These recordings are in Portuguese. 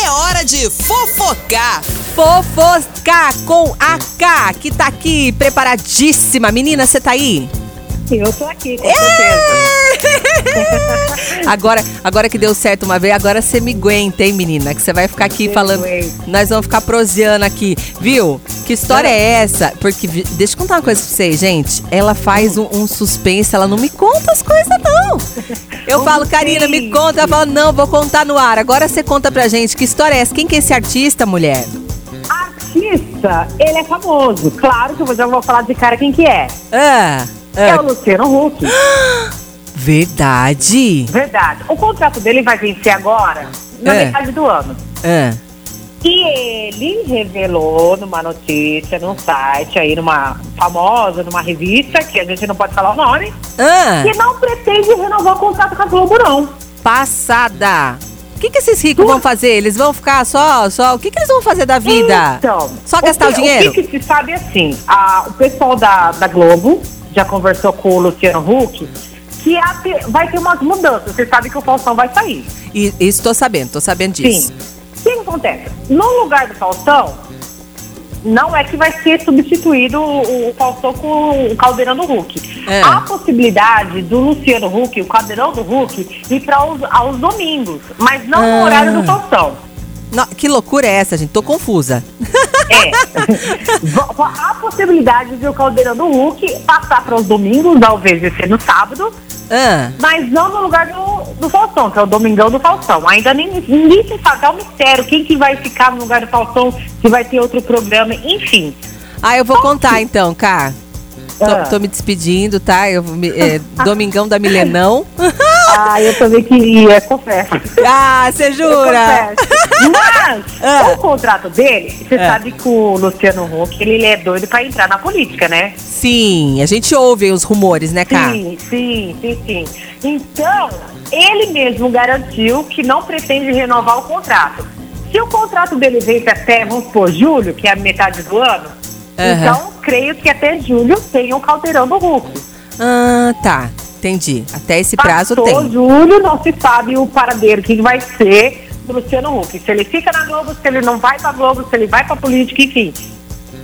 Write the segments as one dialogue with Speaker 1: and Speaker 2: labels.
Speaker 1: é hora de fofocar.
Speaker 2: Fofosca com a K, que tá aqui preparadíssima. Menina, você tá aí?
Speaker 3: Eu tô aqui, com certeza.
Speaker 2: Agora, agora que deu certo uma vez, agora você me aguenta, hein, menina? Que você vai ficar aqui
Speaker 3: Eu
Speaker 2: falando.
Speaker 3: aguento.
Speaker 2: Nós vamos ficar proseando aqui, viu? Que história é essa? Porque, vi- deixa eu contar uma coisa pra vocês, gente. Ela faz um, um suspense, ela não me conta as coisas, não. Eu falo, Karina,
Speaker 3: assim?"
Speaker 2: me conta. Ela fala, não, vou contar no ar. Agora você conta pra gente que história é essa? Quem que é esse artista, mulher?
Speaker 3: Artista, ele é famoso. Claro que eu já vou falar de cara quem que é.
Speaker 2: Ah,
Speaker 3: É
Speaker 2: ah,
Speaker 3: o Luciano Huck.
Speaker 2: verdade.
Speaker 3: Verdade. O contrato dele vai vencer agora, na
Speaker 2: É.
Speaker 3: metade do ano.
Speaker 2: Ah,
Speaker 3: E ele revelou numa notícia, num site aí, numa famosa, numa revista, que a gente não pode falar o nome,
Speaker 2: ah,
Speaker 3: que não pretende renovar o contrato com a Globo, não.
Speaker 2: passada. O que, que esses ricos vão fazer? Eles vão ficar só, só. O que, que eles vão fazer da vida?
Speaker 3: Então,
Speaker 2: Só gastar o
Speaker 3: que-
Speaker 2: dinheiro?
Speaker 3: O que, que se sabe é assim, a- o pessoal da, da Globo já conversou com o Luciano Huck que a te- vai ter umas mudanças. Você sabe que o Faustão vai sair.
Speaker 2: E, isso tô sabendo, tô sabendo disso.
Speaker 3: Sim. O que acontece? No lugar do Faustão, não é que vai ser substituído o, o Faustão com o caldeirão do Hulk.
Speaker 2: É.
Speaker 3: Há possibilidade do Luciano Huck, o caldeirão do Hulk, ir para os, aos domingos, mas não
Speaker 2: Ah.
Speaker 3: no horário do Faustão.
Speaker 2: No- que loucura é essa, gente? Tô confusa.
Speaker 3: É. Vo- Há possibilidade de o Caldeirão do Hulk passar para os domingos, talvez de ser no sábado,
Speaker 2: Ah,
Speaker 3: mas não no lugar do, do Faustão, que é o Domingão do Faustão. Ainda nem, ninguém se sabe, é um mistério. Quem que vai ficar no lugar do Faustão, se vai ter outro programa, enfim.
Speaker 2: ah eu vou contar então, cá.
Speaker 3: Ah.
Speaker 2: Tô, tô me despedindo, tá? Eu, me- é, Domingão da Milenão.
Speaker 3: Ah, eu também queria, confesso.
Speaker 2: Ah, você jura?
Speaker 3: Confesso. Mas
Speaker 2: Ah.
Speaker 3: o contrato dele, você
Speaker 2: Ah.
Speaker 3: sabe que o Luciano Huck, ele é doido para entrar na política, né?
Speaker 2: Sim, a gente ouve os rumores, né, cá?
Speaker 3: Sim, sim, sim, sim. Então, ele mesmo garantiu que não pretende renovar o contrato. Se o contrato dele vence até, vamos supor, julho, que é a metade do ano,
Speaker 2: Aham.
Speaker 3: então creio que até julho tem o caldeirão do Hulk.
Speaker 2: Ah, tá. Entendi. Até esse prazo
Speaker 3: Passou
Speaker 2: tem.
Speaker 3: julho, não se sabe o paradeiro, quem vai ser do Luciano Huck. Se ele fica na Globo, se ele não vai pra Globo, se ele vai pra política, enfim.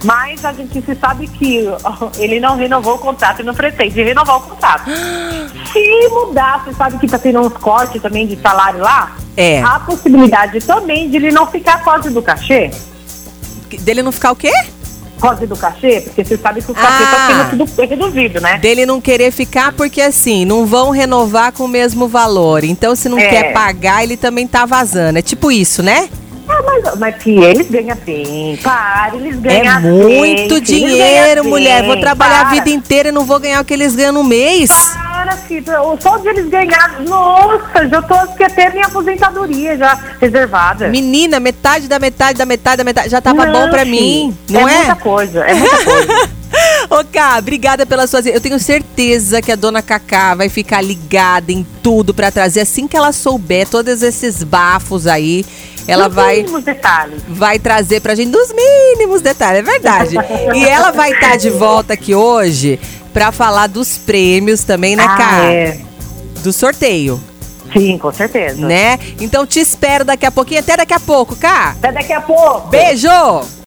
Speaker 3: Mas a gente se sabe que ó, ele não renovou o contrato e não pretende renovar o contrato. Se mudar, você sabe que tá tendo uns cortes também de salário lá?
Speaker 2: É.
Speaker 3: Há possibilidade também de ele não ficar código do cachê.
Speaker 2: Dele não ficar o quê?
Speaker 3: Código do cachê, porque você sabe que o cachê
Speaker 2: Ah.
Speaker 3: tá sendo tudo reduzido, né?
Speaker 2: Dele não querer ficar porque assim, não vão renovar com o mesmo valor. Então, se não
Speaker 3: É.
Speaker 2: quer pagar, ele também tá vazando. É tipo isso, né?
Speaker 3: Ah, mas, mas que eles ganham bem. Para, eles ganham
Speaker 2: é
Speaker 3: bem,
Speaker 2: muito
Speaker 3: eles
Speaker 2: dinheiro,
Speaker 3: ganham
Speaker 2: mulher.
Speaker 3: bem,
Speaker 2: Vou trabalhar
Speaker 3: para.
Speaker 2: a vida inteira e não vou ganhar o que eles ganham no mês.
Speaker 3: Para, filho, só de eles ganharem. Nossa, já tô aqui até minha aposentadoria já reservada.
Speaker 2: Menina, metade da metade da metade da metade já tava
Speaker 3: Não,
Speaker 2: bom pra
Speaker 3: filho,
Speaker 2: mim, não é?
Speaker 3: muita coisa, é muita coisa.
Speaker 2: Ô, Ká, obrigada pela sua. Eu tenho certeza que a dona Cacá vai ficar ligada em tudo pra trazer assim que ela souber todos esses bafos aí. Ela
Speaker 3: Nos
Speaker 2: vai
Speaker 3: mínimos detalhes.
Speaker 2: vai trazer pra gente dos mínimos detalhes, é verdade. E ela vai estar de volta aqui hoje pra falar dos prêmios também, né,
Speaker 3: Ah,
Speaker 2: Ká?
Speaker 3: é.
Speaker 2: Do sorteio,
Speaker 3: Sim, com certeza.
Speaker 2: né? Então te espero daqui a pouquinho, até daqui a pouco, Ká.
Speaker 3: Até daqui a pouco.
Speaker 2: Beijo!